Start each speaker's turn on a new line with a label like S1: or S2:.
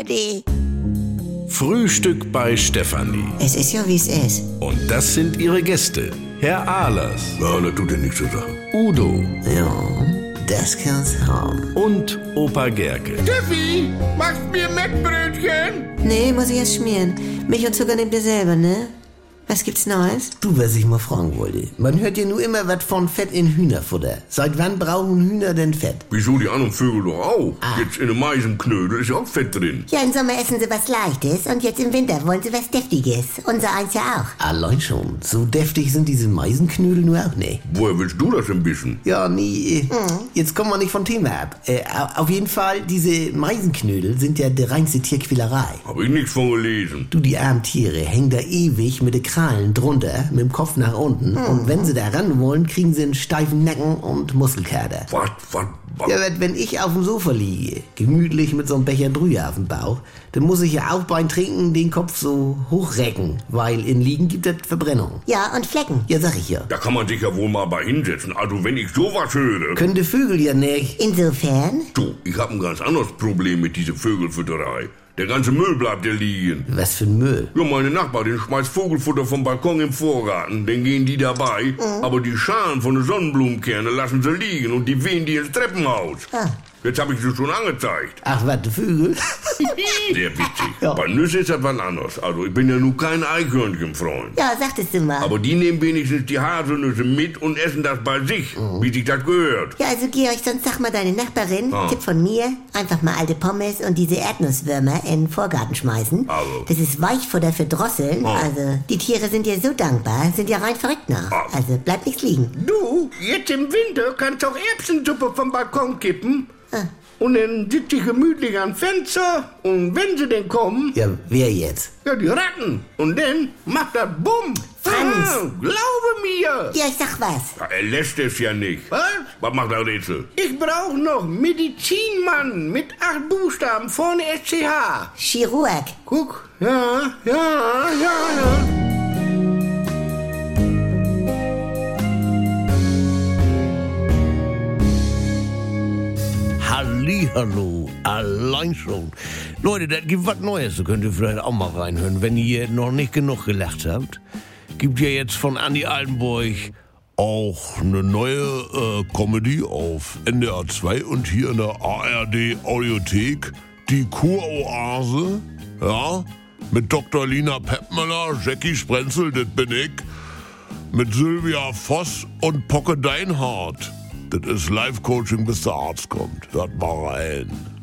S1: Eddie.
S2: Frühstück bei Stefanie.
S1: Es ist ja, wie es ist.
S2: Und das sind ihre Gäste. Herr Ahlers. Ja, das tut ja nichts zu sagen. Udo
S1: Ja, das kann's haben.
S2: und Opa Gerke.
S3: Steffi, machst mir Mettbrötchen?
S1: Nee, muss ich erst schmieren. Milch und Zucker nehmt ihr selber, ne? Was gibt's Neues?
S4: Du, was ich mal fragen wollte. Man hört ja nur immer was von Fett in Hühnerfutter. Seit wann brauchen Hühner denn Fett?
S3: Wieso die anderen Vögel doch auch? Jetzt in einem Maisenknödel ist ja auch Fett drin.
S1: Ja, im Sommer essen sie was Leichtes und jetzt im Winter wollen sie was Deftiges. Unser eins ja auch.
S4: Allein schon. So deftig sind diese Meisenknödel nur auch nicht.
S3: Woher willst du das denn wissen?
S4: Ja, nee. äh, Jetzt kommen wir nicht vom Thema ab. Äh, au- auf jeden Fall, diese Meisenknödel sind ja die reinste Tierquälerei.
S3: Hab ich nichts von gelesen.
S4: Du, die armen Tiere hängen da ewig mit den Krallen drunter, mit dem Kopf nach unten. Und wenn sie da ran wollen, kriegen sie einen steifen Nacken und Muskelkater.
S3: Was, was, was?
S4: Ja, aber wenn ich auf dem Sofa liege, gemütlich mit so einem Becher Brühe auf dem Bauch, dann muss ich ja auch beim Trinken den Kopf so hochrecken, weil in Liegen gibt es Verbrennung.
S1: Ja, und Flecken.
S4: Ja, sag ich ja.
S3: Da kann man sich ja wohl mal bei hinsetzen. Also, wenn ich sowas höre.
S4: Können die Vögel ja nicht.
S1: Insofern?
S3: Du, ich hab ein ganz anderes Problem mit dieser Vögelfütterei. Der ganze Müll bleibt ja liegen.
S4: Was für ein Müll.
S3: Ja, meine Nachbarin schmeißt Vogelfutter vom Balkon im Vorgarten, dann gehen die dabei, aber die Schalen von den Sonnenblumenkerne lassen sie liegen und die wehen die ins Treppenhaus.
S1: Ah.
S3: Jetzt habe ich sie schon angezeigt.
S4: Ach, was, die Vögel?
S3: Sehr witzig.
S4: Ja.
S3: Bei Nüsse ist das was anderes. Also ich bin ja nun kein Eichhörnchenfreund.
S1: Ja, sagtest du mal.
S3: Aber die nehmen wenigstens die Haselnüsse mit und essen das bei sich, wie sich das gehört.
S1: Ja, also Georg, sonst sag mal deine Nachbarin,
S3: Ah.
S1: Tipp von mir, einfach mal alte Pommes und diese Erdnusswürmer in den Vorgarten schmeißen.
S3: Also.
S1: Das ist Weichfutter für Drosseln.
S3: Ah.
S1: Also, die Tiere sind dir so dankbar, sind ja rein verrückt nach.
S3: Ah.
S1: Also, bleibt nichts liegen.
S3: Du, jetzt im Winter kannst du auch Erbsensuppe vom Balkon kippen. Und dann sitzt sie gemütlich am Fenster und wenn sie denn kommen,
S4: Ja, wer jetzt?
S3: Ja, die Ratten. Und dann macht das Bumm.
S1: Franz.
S3: Ah, glaube mir.
S1: Georg, sag was.
S3: er lässt es ja nicht. Was? Was macht der Rätsel? Ich brauche noch Medizinmann mit acht Buchstaben vorne SCH.
S1: Chirurg.
S3: Guck, ja, ja, ja, ja.
S5: Hallihallo, allein schon. Leute, das gibt was Neues, da könnt ihr vielleicht auch mal reinhören. Wenn ihr noch nicht genug gelacht habt, gibt ja jetzt von Andy Altenburg auch eine neue äh, Comedy auf NDR 2 und hier in der ARD Audiothek. Die Kuroase, ja, mit Dr. Lina Peppmüller, Jackie Sprenzel, das bin ich mit Sylvia Voss und Pocke Deinhardt. Das ist Live-Coaching, bis der Arzt kommt. Hört mal rein.